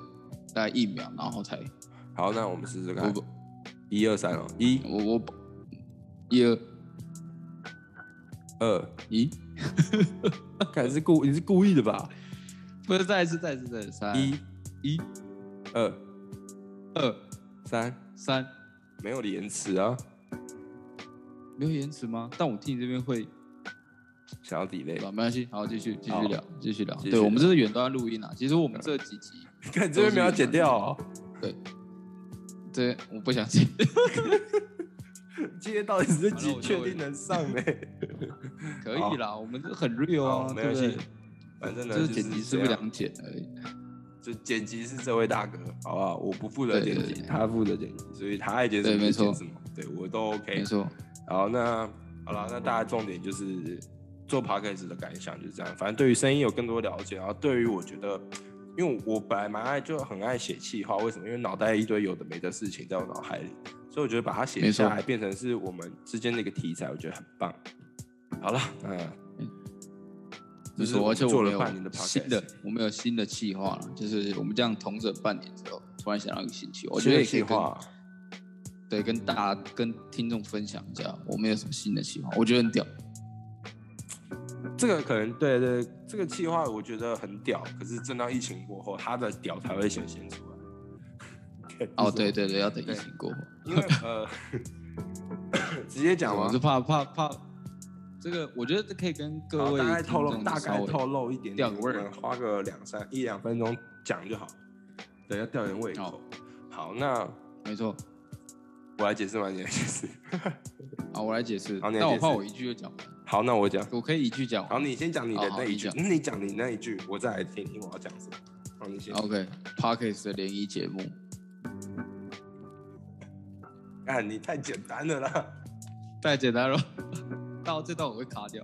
C: 大概一秒，然后才
B: 好，那我们试试
C: 我
B: 看
C: 不，
B: 一二三哦，一
C: 我我一二
B: 二，
C: 咦，
B: 看你是故你是故意的吧？
C: 不是再一次再一次再一次三
B: 一
C: 一
B: 二
C: 二
B: 三，
C: 三，
B: 没有延迟啊，
C: 没有延迟吗？但我听你这边会，
B: 想要 delay，
C: 没关系，好继续继续
B: 好
C: 聊继续聊。
B: 继续
C: 对我们
B: 聊
C: 这是远端录音啊，其实我们这几集。
B: 看你这边没有剪掉哦，
C: 对，我不想接。
B: 今天到底是
C: 好了
B: 几
C: 我就
B: 确定能上呢？
C: 可以啦，我们这很 real 啊，
B: 好，没
C: 对
B: 关
C: 不
B: 系
C: 对？，
B: 反正呢，
C: 就是剪辑师
B: 这
C: 不
B: 样
C: 良剪而已。
B: 就剪辑是这位大哥，好不好？我不负责
C: 对
B: 剪
C: 对
B: 辑，
C: 对
B: 他负责剪辑，所以他爱剪什么
C: 对
B: 就
C: 没错
B: 剪什么，对我都 OK。
C: 没错，
B: 好，那好了，那大家重点就是做 podcast 的感想就是这样。反正对于声音有更多了解，然后对于我觉得，因为我本来蛮爱就很爱写气话，为什么？因为脑袋一堆有的没的事情在我脑海里，所以我觉得把它写
C: 没错
B: 下来变成是我们之间的一个题材，我觉得很棒。好了，嗯，
C: 没
B: 就是
C: 错，而且我
B: 做
C: 们
B: 了半年的
C: 有
B: podcast
C: 新的，我们有新的计划了，就是我们这样同整半年之后，突然想到一个新计划，我觉得也可以
B: 气
C: 跟
B: 话，
C: 对跟大家跟听众分享一下，我们有什么新的计划，我觉得很屌。
B: 这个可能对对，这个计划我觉得很屌，可是真到疫情过后，他的屌才会显现出来。等
C: 哦，对对对，要等疫情过后。
B: 因 为呃， 直接讲
C: 我
B: 吗
C: 是？怕怕怕，这个我觉得可以跟各
B: 好
C: 位
B: 大概透露，
C: 听众
B: 大
C: 稍
B: 概
C: 微
B: 透露一点点，
C: 吊个胃
B: 我们花个两三一两分钟讲就好。对，要吊人胃口。
C: 好
B: 好，那
C: 没错。
B: 我来解释吗？你来解释。
C: 好，我来解释，
B: 好你来
C: 但我
B: 解
C: 怕
B: 释
C: 我一句就讲完，
B: 好，那我讲。
C: 我可以一句讲
B: 好，
C: 完。
B: 你先讲你的
C: 哦好
B: 那一
C: 你
B: 句，
C: 讲
B: 那你讲你那一句，我再来听听我要讲什么。好，你先。
C: OK，Parkes 的联谊节目，
B: 啊，你太简单了啦。
C: 太简单了，到这段我会卡掉。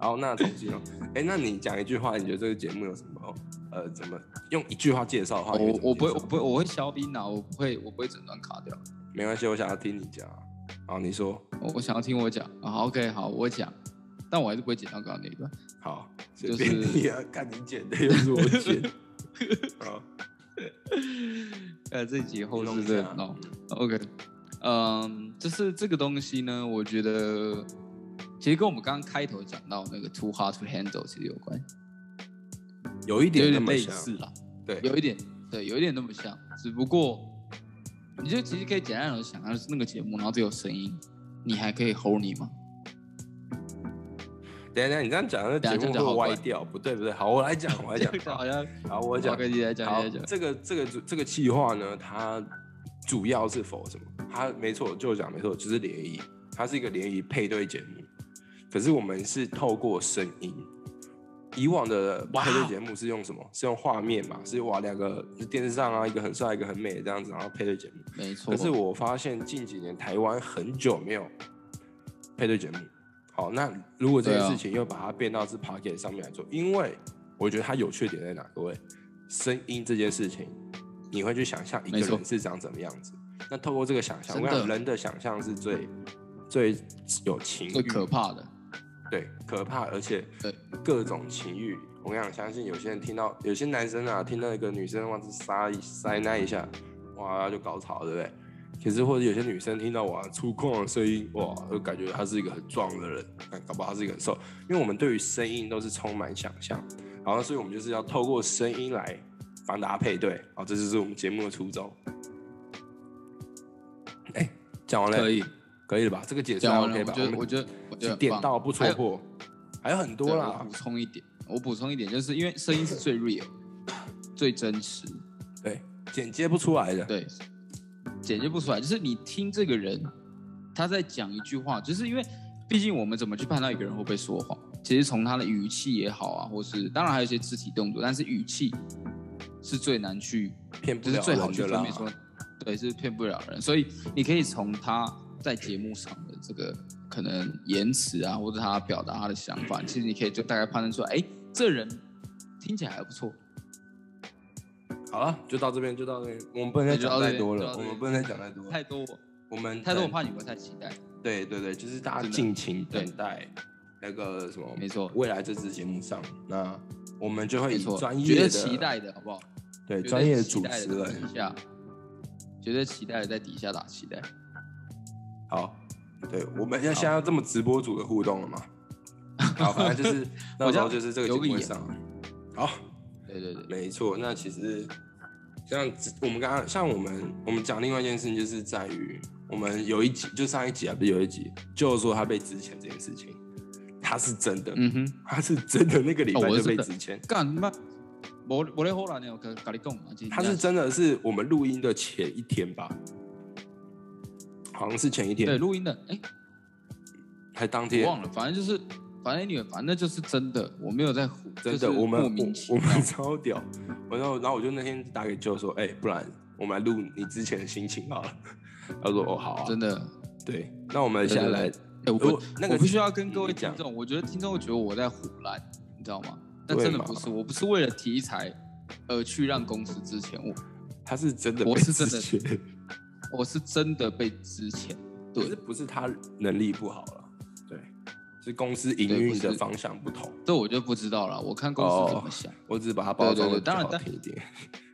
B: 好，那重新哦。哎，那你讲一句话，你觉得这个节目有什么？呃，怎么用一句话介绍的话？你
C: 我
B: 怎么
C: 哦我不会，
B: 介
C: 我
B: 绍
C: 不会，我会消音啊，我不会，我不会整段卡掉。
B: 没关系，我想要听你讲啊。好，你说。
C: 我我想要听我讲，啊好，OK，好，我讲，但我还是不会剪到刚刚那一段。
B: 好，随
C: 就
B: 便
C: 是
B: 你啊， 看你剪的又是我 剪。好，
C: 呃，这集后
B: 弄
C: 置
B: 一
C: 这
B: 下
C: 哦，OK，嗯，就是这个东西呢，我觉得其实跟我们刚刚开头讲到那个 too hard to handle 其实有关，
B: 有一
C: 有
B: 点那
C: 点
B: 么
C: 类
B: 像，
C: 似啦，
B: 对，
C: 有一点，对，有一点那么像，只不过你就其实可以简单的想，就是那个节目，然后只有声音，你还可以吼你吗？
B: 等一下等一下，你这样讲，那
C: 等一下
B: 节目
C: 这样
B: 会
C: 好
B: 歪
C: 怪
B: 掉，不对不对。好，我来讲，我来讲
C: 这。 个好像
B: 好，我讲
C: 好。跟你来讲，
B: 好
C: 你来讲，，
B: 这个这个主这个企划呢，它主要是否什么？它没错，就讲没错，就是联谊，它是一个联谊配对节目。可是我们是透过声音，以往的
C: 哇哦
B: 配对节目是用什么？是用画面嘛？是哇，两个电视上啊，一个很帅，一个很美这样子，然后配对节目。
C: 没错，
B: 可是我发现近几年台湾很久没有配对节目。好，那如果这件
C: 对啊
B: 事情又把它变到是 p o c k e t 上面来做，因为我觉得它有趣的点在哪？各位，声音这件事情，你会去想象一个
C: 没错
B: 人是长什么样子。那透过这个想象，我
C: 真的
B: 想人的想象是最最有情
C: 最
B: 欲，
C: 可怕的，
B: 对可怕，而且
C: 对
B: 各种情欲。我跟你讲，相信有些人听到，有些男生啊，听到一个女生哇，这塞塞那一下，哇就高潮，对不对？可是或者有些女生听到哇粗犷的声音，哇，就感觉她是一个很壮的人，但搞不好她是一个很瘦，因为我们对于声音都是充满想象，然后所以我们就是要透过声音来帮大家配对，好，这就是我们节目的初衷。哎、讲完了，
C: 可以。
B: 可以了吧？这个解释
C: 讲
B: 还
C: 完了
B: OK 吧？
C: 我觉得
B: 们
C: 我觉得我觉得
B: 是点
C: 棒
B: 到不戳
C: 还有
B: 破，还有很多
C: 对
B: 啦
C: 我补。充一点，我补充一点，就是因为声音是最 real、最真实，
B: 对，剪接不出来的。
C: 对，剪接不出来。就是你听这个人他在讲一句话，就是因为毕竟我们怎么去判断一个人会不会说谎，其实从他的语气也好啊，或是当然还有一些肢体动作，但是语气是最难去
B: 骗不
C: 就是
B: 了
C: 最好
B: 人
C: 去
B: 的
C: 分
B: 啦
C: 辨说，对，是骗不了人。所以你可以从他在节目上的这个可能言辞啊，或者他表达他的想法，其实你可以就大概判断出来，哎，这人听起来还不错。
B: 好了，就到这边，就到这边，我们不能再
C: 对就
B: 讲
C: 到这
B: 太
C: 边
B: 多
C: 就到
B: 了，
C: 这
B: 我
C: 边
B: 们不能再讲太多了。
C: 太多我
B: 我们
C: 太多，我
B: 等
C: 怕你们太期待。
B: 对对对，就是大家
C: 真的
B: 尽情
C: 对
B: 等待那个什么，
C: 没错
B: 未来这支节目上，那我们就会
C: 没
B: 以
C: 错，
B: 专
C: 绝
B: 业
C: 对
B: 的
C: 期待的好不好？
B: 对
C: 绝对
B: 专业的
C: 期
B: 主
C: 待的
B: 持
C: 在
B: 人
C: 底，下，绝对期待的在底下打期待。
B: 好，对，我们要现在要这么直播组的互动了 嘛？好，反正就是到
C: 我
B: 时候
C: 这样
B: 就是这个节
C: 留个
B: 目会
C: 言
B: 上。好，
C: 对对对，
B: 没错，那其实像我们刚刚像我们我们讲另外一件事情，就是在于我们有一集就上一集啊，不是有一集就是说他被值钱这件事情，他是真的，
C: 嗯哼，
B: 他是真的那个礼
C: 哦
B: 拜
C: 我
B: 就是被
C: 真的
B: 值钱，
C: 干嘛？我我在后来呢，我哦跟跟你讲嘛，就是
B: 他是真的是我们录音的前一天吧，好像是前一
C: 对
B: 天
C: 录音的，哎，
B: 还当
C: 我
B: 天，
C: 忘了，反正就是，反正你反正就是真的，我没有在唬，
B: 真
C: 就
B: 的
C: 是
B: 我们
C: 莫名其
B: 我我
C: 妙，
B: 们超屌，我然后然后我就那天打给舅说，哎、不然我们来录你之前的心情好了，他说哦好啊，
C: 真的。
B: 对，那我们现在来。
C: 哎，我
B: 如
C: 不
B: 果，那个
C: 我必须要跟各位
B: 嗯讲
C: 听众，我觉得听众会觉得我在唬烂，你知道吗？但
B: 对
C: 真的
B: 嘛
C: 不是，我不是为了题材而去让公司之前，我
B: 他是真的，
C: 我是真的
B: 觉 得，
C: 我是真的被之前，
B: 可
C: 对
B: 是不是他能力不好了，对，是公司营
C: 对不
B: 运
C: 是
B: 的方向不同。
C: 这我就不知道了。我看公司怎
B: 哦
C: 么想。
B: 我只是把它包装的
C: 对对对当然
B: 好听一点，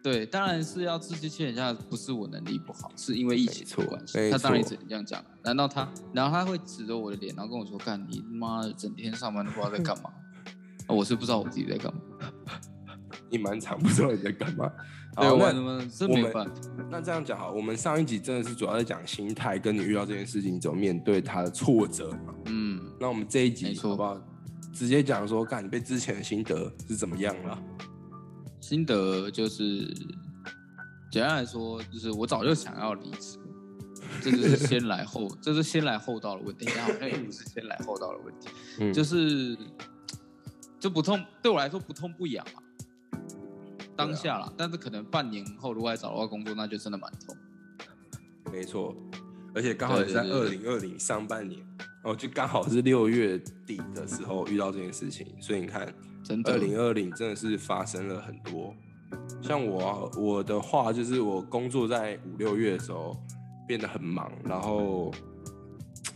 C: 对，当然是要自欺欺人一下，不是我能力不好，是因为疫情
B: 没错
C: 的关系。
B: 没
C: 他当然
B: 错
C: 只能这样讲。难道他，然后他会指着我的脸，然后跟我说：“干你妈的，整天上班都不知道在干 嘛。啊我是不知道我自己在干嘛。
B: 你蛮常不知道你在干嘛。
C: 对，
B: 好
C: 我
B: 那
C: 们真
B: 我
C: 没
B: 们
C: 办法。
B: 那这样讲好，我们上一集真的是主要在讲心态，跟你遇到这件事情怎么面对它的挫折嘛。
C: 嗯，
B: 那我们这一
C: 没
B: 集
C: 错
B: 好不好？直接讲说，看你被之前的心得是怎么样了？
C: 心得就是，简单来说，就是我早就想要离职，这就是先来后，这是先来后到的问题。哎但好像也不是先来后到的问题，
B: 嗯，
C: 就是就不痛，对我来说不痛不痒嘛。当下
B: 啊
C: 啦，但是可能半年后如果还找得到工作，那就真的蛮痛。
B: 没错，而且刚好也是在
C: 对
B: 二
C: 对对
B: 零二零上半年，哦，就刚好是六月底的时候遇到这件事情，所以你看，
C: 真的。
B: 二零二零真的是发生了很多。像我啊、我的话就是我工作在五六月的时候变得很忙，然后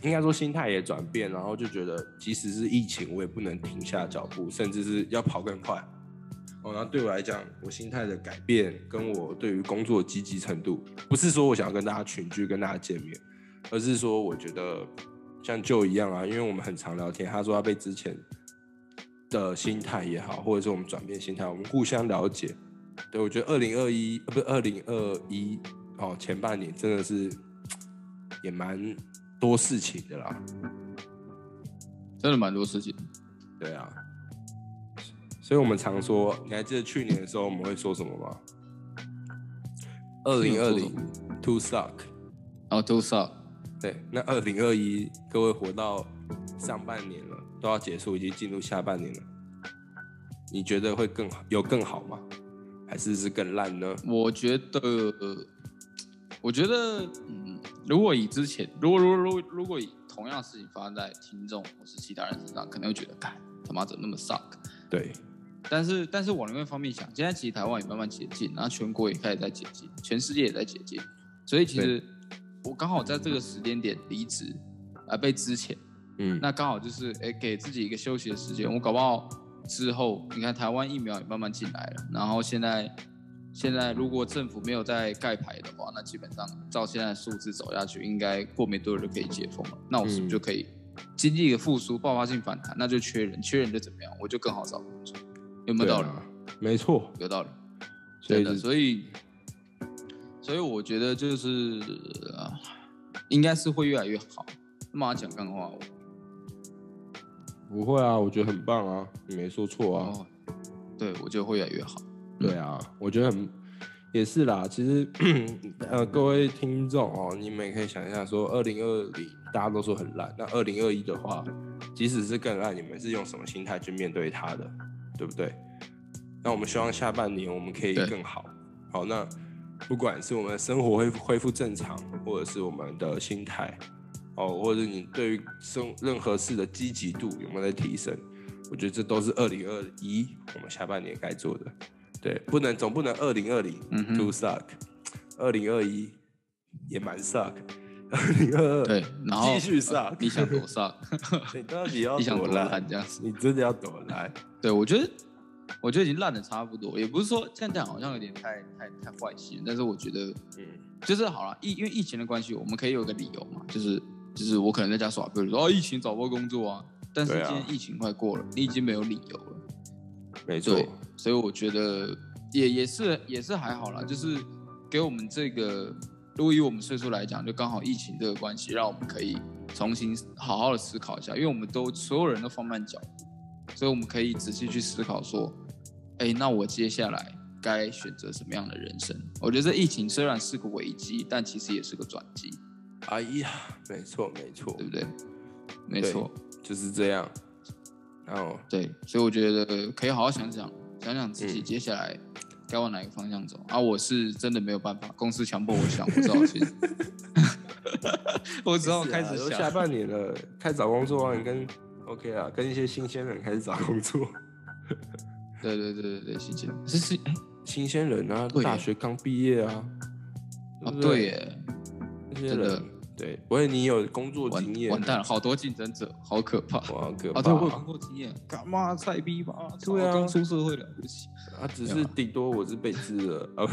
B: 应该说心态也转变，然后就觉得即使是疫情，我也不能停下脚步，甚至是要跑更快。哦，然后对我来讲，我心态的改变跟我对于工作的积极程度，不是说我想要跟大家群聚、跟大家见面，而是说我觉得像旧一样啊，因为我们很常聊天，他说他被之前的心态也好，或者是我们转变心态，我们互相了解。对我觉得二零二一呃不是二零二一哦，前半年真的是也蛮多事情的啦，
C: 真的蛮多事情。
B: 对啊。所以我们常说，你还记得去年的时候我们会说什么吗？二零二零 to suck，
C: 然后 do suck，
B: 对，那二零二一各位活到上半年了，都要结束，已经进入下半年了，你觉得会更好，有更好吗？还是是更烂呢？
C: 我觉得，呃我觉得，嗯，如果以之前，如果如果如果如果以同样的事情发生在听众或是其他人身上，可能会觉得，干他妈怎么那么 suck？
B: 对，
C: 但是但是往另外一方面想，现在其实台湾也慢慢解禁，然后全国也开始在解禁，全世界也在解禁，所以其实我刚好在这个时间点离职，啊、被之前，
B: 嗯，
C: 那刚好就是哎、诶给自己一个休息的时间。我搞不好之后，你看台湾疫苗也慢慢进来了，然后现在现在如果政府没有再盖牌的话，那基本上照现在的数字走下去，应该过没多久就可以解封了。那我是不
B: 嗯
C: 是就可以经济的复苏、爆发性反弹？那就缺人，缺人就怎么样？我就更好找工作，有没有
B: 对
C: 道理？
B: 啊，没错，
C: 有道理。
B: 所
C: 对
B: 以
C: 的，
B: 是
C: 所以所以我觉得就是、呃应该是会越来越好。妈讲干话，我
B: 不会啊，我觉得很棒啊，你没说错啊，
C: 哦，对，我觉得会越来越好。
B: 对啊，我觉得很也是啦。其实呃，各位听众哦，你们也可以想一下说，二零二零大家都说很烂，那二零二一的话，即使是更烂，你们是用什么心态去面对它的，对不对？那我们希望下半年我们可以
C: 对
B: 更好。好，那不管是我们的生活恢复恢复正常，或者是我们的心态，哦，或者是你对于生任何事的积极度有没有在提升？我觉得这都是二零二一我们下半年该做的。对，不能总不能二零二零
C: 嗯哼
B: too suck，二零二一也蛮 suck，二零二二
C: 对，然后
B: 继续上
C: 呃你想多上，
B: 你到底要
C: 你想
B: 多
C: 多
B: 烂
C: 烂？这样子。
B: 你真的要多烂？
C: 对，我觉得，我觉得已经烂的差不多，也不是说这样讲好像有点太太太坏心，但是我觉得
B: 嗯，
C: 就是好了，疫因为疫情的关系，我们可以有个理由嘛，就是就是我可能在家耍废，说哦疫情找不到工作啊，但是
B: 对啊
C: 今天疫情快过了，你已经没有理由了。
B: 没错
C: 对，，所以我觉得也也是也是还好啦，就是给我们这个，如果以我们岁数来讲，就刚好疫情这个关系，让我们可以重新好好的思考一下，因为我们都所有人都放慢脚步，所以我们可以仔细去思考说，哎，那我接下来该选择什么样的人生？我觉得这疫情虽然是个危机，但其实也是个转机，
B: 哎呀，没错没错
C: 对，不对？没错，
B: 就是这样。然后
C: 对，所以我觉得可以好好想想，想想自己
B: 嗯
C: 接下来该往哪个方向走、啊！我是真的没有办法，公司强迫我想，我只 好去，我只好
B: 是啊
C: 开始
B: 都
C: 想。
B: 下半年了，开始找工作啊，你跟 OK 啊，跟一些新鲜人开始找工 作。
C: 对对对对对，谢谢。这是哎
B: 新鲜人啊，
C: 对耶
B: 大学刚毕业啊，
C: 哦
B: 不
C: 对，耶，
B: 这些
C: 真的
B: 人对，不会你有工作经
C: 完
B: 验，
C: 完蛋了，好多竞争者，好可怕。
B: 哇，好可
C: 啊，
B: 怕
C: 对，我有
B: 啊
C: 工！作经验，干嘛菜逼吧？操
B: 对啊
C: 刚出社会了不起。
B: 啊，只是顶多我是被支 了 啊，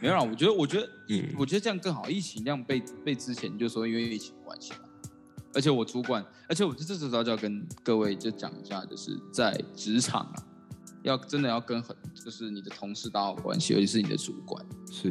C: 没有啦，我觉得，我觉得，
B: 嗯
C: 我觉得这样更好。疫情这样被被之前就说因为疫情关系嘛，而且我主管，而且我这这时候就要跟各位就讲一下，就是在职场啊，要真的要跟很就是你的同事打好关系，尤其是你的主管。
B: 是，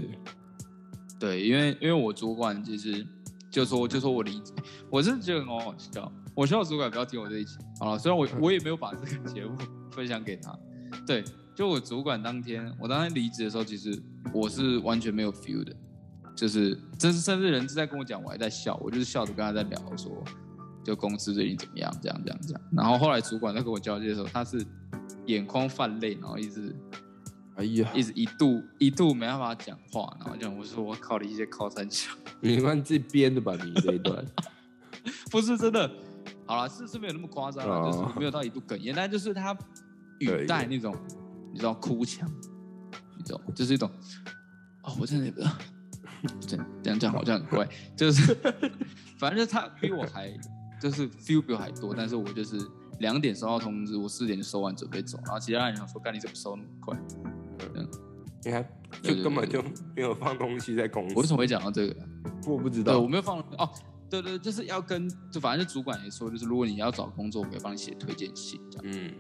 C: 对，因为因为我主管其实就说就说我离职，我真的觉得很好笑。我希望主管不要听我这一集。好了，虽然我我也没有把这个节目 分享给他，对，就我主管当天，我当天离职的时候，其实我是完全没有 feel 的，就是甚至甚至人是在跟我讲，我还在笑，我就是笑着跟他在聊说，就公司最近怎么样，这样这样这样。然后后来主管在跟我交接的时候，他是眼眶泛泪，然后一直
B: 哎呀，
C: 一直一度一度没办法讲话，然后就我说我靠你一些靠山笑，
B: 你慢自己编的吧，你这一段。
C: 不是真的。好了，是是没有那么夸张啊，
B: 哦
C: 就是没有到一度哽咽，但就是他语带那种，你知道哭腔，你知道，就是一种，哦，我真的也不知道， 这样这样讲好像很怪，就是 反正就是他比我还就是 feel 比我还多，但是我就是两点收到通知，我四点就收完准备走，然后其他人想说，干你怎么收那么快？
B: 你看，
C: 对
B: 就
C: 对
B: 根本就没有放东西在公司。
C: 我为什么会讲到这个？
B: 我不知
C: 对，我
B: 道？
C: 没有放哦。对对，就是要跟，就反正主管也说，就是如果你要找工作，我可以帮你写推荐信这样。
B: 嗯，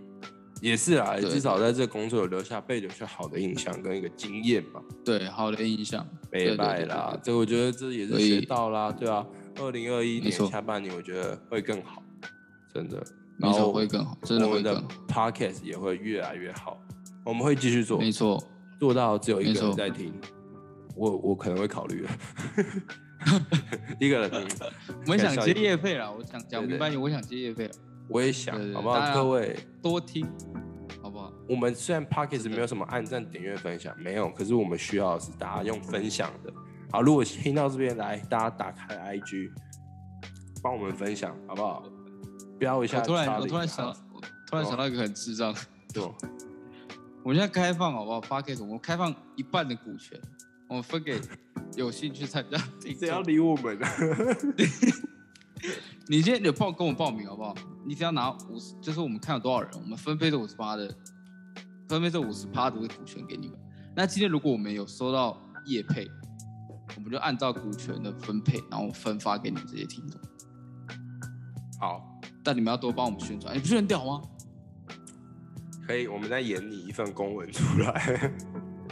B: 也是啊，
C: 对
B: 至少在这工作有留下被留下好的印象跟一个经验吧。
C: 对，好的印象，
B: 没
C: 对
B: 败啦，，这我觉得这也是
C: 所以
B: 学到啦，对啊。二零二一
C: 没
B: 年
C: 错
B: 下半年，我觉得会更好，真的。
C: 对对对对
B: 然
C: 没错，
B: 后
C: 会更好，真的
B: 我
C: 会
B: 们
C: 更
B: 的
C: 好，
B: podcast 也会越来越好，我们会继续做，
C: 没错，
B: 做到只有一
C: 没
B: 个
C: 错
B: 人在听，我我可能会考 虑了， 一个人，嗯
C: 我们想接业费了，我想讲
B: 对对
C: 明白你，我想接业费了，
B: 我也想
C: 对对，
B: 好不
C: 大家
B: 好？各位，
C: 多听，好不好？
B: 我们虽然 podcast
C: 的
B: 没有什么按赞、点阅、分享，没有，可是我们需要的是大家用分享的。好，如果听到这边来，大家打开 IG，帮我们分享，好不好？标一下
C: 我
B: Charlie，
C: 突
B: 好，
C: 然，我突然想到，我突然想到一个很智障，
B: 对，
C: 我们现在开放好不好 p a c k e t 我们开放一半的股权，我们分给有兴趣参加的听
B: 只要
C: 众。
B: 理我们 啊？
C: 你今天有报跟我报名好不好？你只要拿五十，就是我们看有多少人，我们分配这五十趴的，分配这五十趴的股权给你们。那今天如果我们有收到业配，我们就按照股权的分配，然后分发给你们这些听众。
B: 好，
C: 但你们要多帮我们宣传，哎，不是很屌吗？
B: 可以，我们再演你一份公文出来，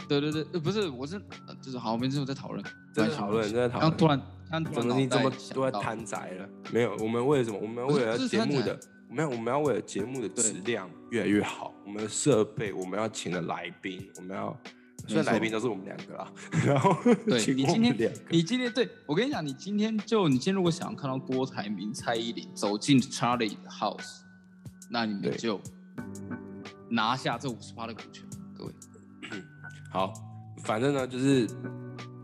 C: 对对对，呃不是，我是呃就是好，我们之后再讨论，
B: 真的讨论，真的讨
C: 然后
B: 论
C: 突。然，刚呃突
B: 怎
C: 然
B: 么
C: 脑
B: 你怎么
C: 袋想
B: 都在
C: 到
B: 贪宅了？没有，我们为了什么？我们
C: 不是
B: 为了
C: 这是
B: 节目
C: 贪
B: 的，没有，我们要为了节目的
C: 对
B: 质量越来越好，我们的设备，我们要请的来宾，我们要虽然
C: 没错
B: 来宾都是我们两个 啦，然后
C: 对
B: 请
C: 你
B: 我
C: 今
B: 们两
C: 天
B: 个，
C: 你今天对我跟你讲，你今天就你今天如果想要看到郭台铭、蔡依林走进 Charlie 的 house，那你们
B: 对
C: 就拿下这五十趴的股权，各位。
B: 好，反正呢就是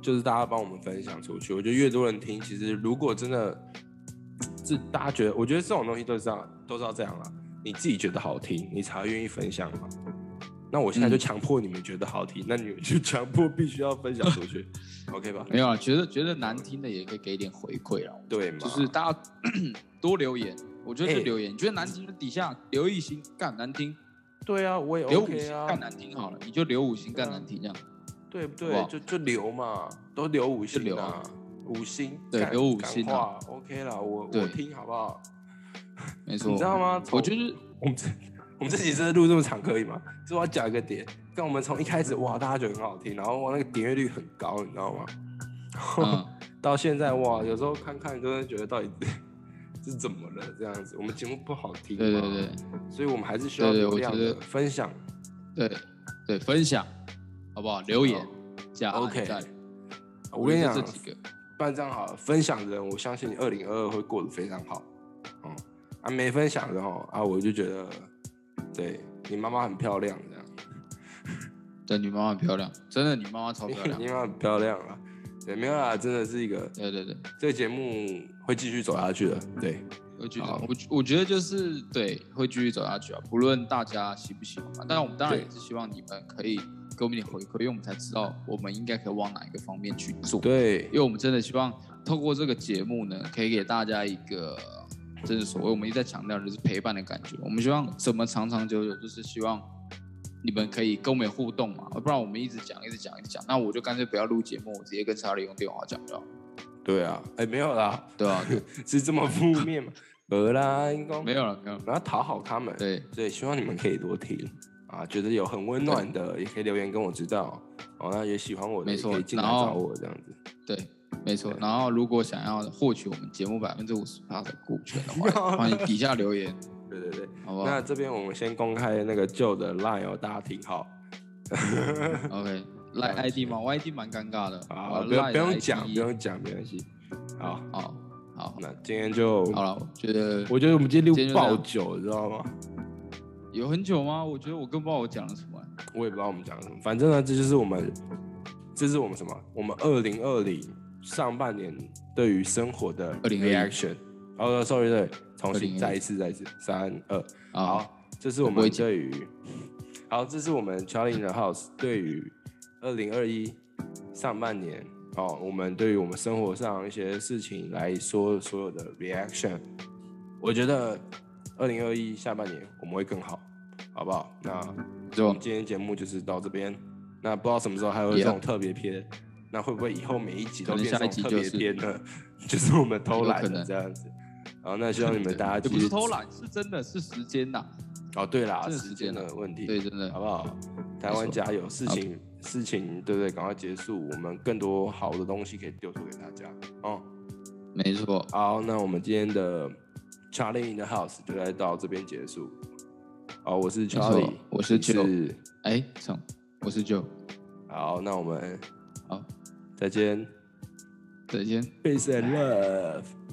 B: 就是大家帮我们分享出去，我觉得越多人听，其实如果真的这大家觉得，我觉得这种东西都是这样，都是要这样啦。你自己觉得好听，你才会愿意分享嘛。那我现在就
C: 嗯
B: 强迫你们觉得好听，那你们就强迫必须要分享出 去，OK 吧？
C: 没有啊，觉得觉得难听的也可以给一点回馈啊，
B: 对嘛？
C: 就是大家 多留言，我觉得就
B: 哎
C: 留言，觉得难听的底下留一星干难听，
B: 对啊，我也
C: 留五
B: OK
C: 星
B: 啊
C: 干，难听好了，你就留五星干
B: 对啊
C: 难听这样，
B: 对不
C: 好不
B: 对？
C: 好
B: 就就留嘛，都留五
C: 就
B: 星
C: 留
B: 啊
C: 啊，
B: 五星，
C: 对
B: 干
C: 留五星
B: 干
C: 啊
B: 话 OK 啦，我我
C: 对
B: 听好不好？
C: 没错
B: 你知。道吗？
C: 我
B: 从
C: 觉得
B: 我们这我们这集真的录这么长可以吗？这我要讲一个点，但我们从一开始哇，大家觉得很好听，然后哇那个点阅率很高，你知道吗？
C: 嗯。
B: 到现在哇，有时候看看真的觉得到底 是怎么了这样子，我们节目不好听，
C: 对对对，
B: 所以我们还是需要
C: 对对
B: 流量
C: 我觉
B: 的
C: 得
B: 分享。
C: 对对，分享好不好？留言加
B: OK，
C: 按赞
B: 我跟你
C: 觉得
B: 讲，
C: 这几个
B: 不然这样好了，分享的人，我相信你二零二二会过得非常好。哦、啊，没分享的哦，啊，我就觉得，对你妈妈很漂亮这样。
C: 对你妈妈很漂亮，真的，你妈妈超漂 亮
B: 你。妈很漂亮啊，对，没有啦，真的是一个
C: 对对对，
B: 这个节目会继续走下去的，对，
C: 我觉得
B: 好
C: 我我觉得就是对，会继续走下去啊，不论大家喜不喜欢嘛。但我们当然
B: 对
C: 也是希望你们可以给我们一点回馈，因为我们才知道我们应该可以往哪一个方面去做。
B: 对
C: 因，为我们真的希望透过这个节目呢，可以给大家一个，真是所谓我们一直在强调的就是陪伴的感觉。我们希望怎么长长久久，就是希望你们可以跟我们有互动嘛，不然我们一直讲一直讲一直讲，那我就干脆不要录节目，我直接跟查理用电话讲就好。
B: 对啊，哎，没有啦，
C: 对啊，对
B: 是这么负 面吗？没啦，应该
C: 没有了没有了，
B: 我们要讨好他们，
C: 对
B: 对，希望你们可以多听，啊，觉得有很温暖的，也可以留言跟我知道。哦，那也喜欢我的，
C: 没
B: 也
C: 错
B: 可以进来
C: 然后
B: 找我这样子。
C: 对，没错。
B: 对
C: 然后如果想要获取我们节目百分之五十八的股权的话，欢迎底下留言，
B: 对对对，
C: 好不好
B: 那这边我们先公开那个旧的 line 哦，大家听好。
C: ？OK，赖 ID 吗？我 ID 蛮尴尬的，
B: 啊，
C: 我
B: 不用
C: Line
B: 不
C: 的
B: 用
C: ID
B: 讲，不用讲，没关系。好，
C: 好，好，
B: 那今天就
C: 好了，我觉得
B: 我觉得我们今天
C: 今
B: 录
C: 天就这
B: 爆
C: 样
B: 久，你知道吗？
C: 有很久吗？我觉得我更不知道我讲了什么。
B: 我也不知道我们讲了什么，反正呢，这就是我们，这是我们什么？我们二零二零上半年对于生活的
C: 2020
B: reaction。哦、s o r r y 对，重新
C: 2020
B: 再一次，再一次，三二，
C: 啊，
B: 好，这是我们对于，好，这是我们 Charlie in the House 对于二零二一上半年哦，我们对于我们生活上一些事情来说所有的 reaction，我觉得二零二一下半年我们会更好，好不好？那我
C: 就
B: 们今天节目就是到这边，那不知道什么时候还有这种特别篇。那会不会以后每一集都
C: 可能
B: 变成
C: 下一集
B: 特别
C: 就是
B: 篇呢？ 就是我们偷
C: 有
B: 懒
C: 可
B: 的
C: 能
B: 这样子。然后那希望你们大家
C: 也
B: 继
C: 不
B: 续
C: 是偷懒，是真的是时间呐。
B: 哦，对啦，
C: 这个
B: 时
C: 时
B: 间
C: 间啊
B: 的问题，
C: 对，真的
B: 好不好？台湾
C: 错
B: 加油，事情事情，对不对？赶快结束，我们更多好的东西可以丢出给大家。哦，
C: 没错。
B: 好，那我们今天的 Charlie in the House 就来到这边结束。好，我是
C: 错
B: Charlie，
C: 我是
B: 你
C: Joe 哎，成，我是 Joe，
B: 好，那我们
C: 好，
B: 再见
C: 再见。
B: ，Peace and Love。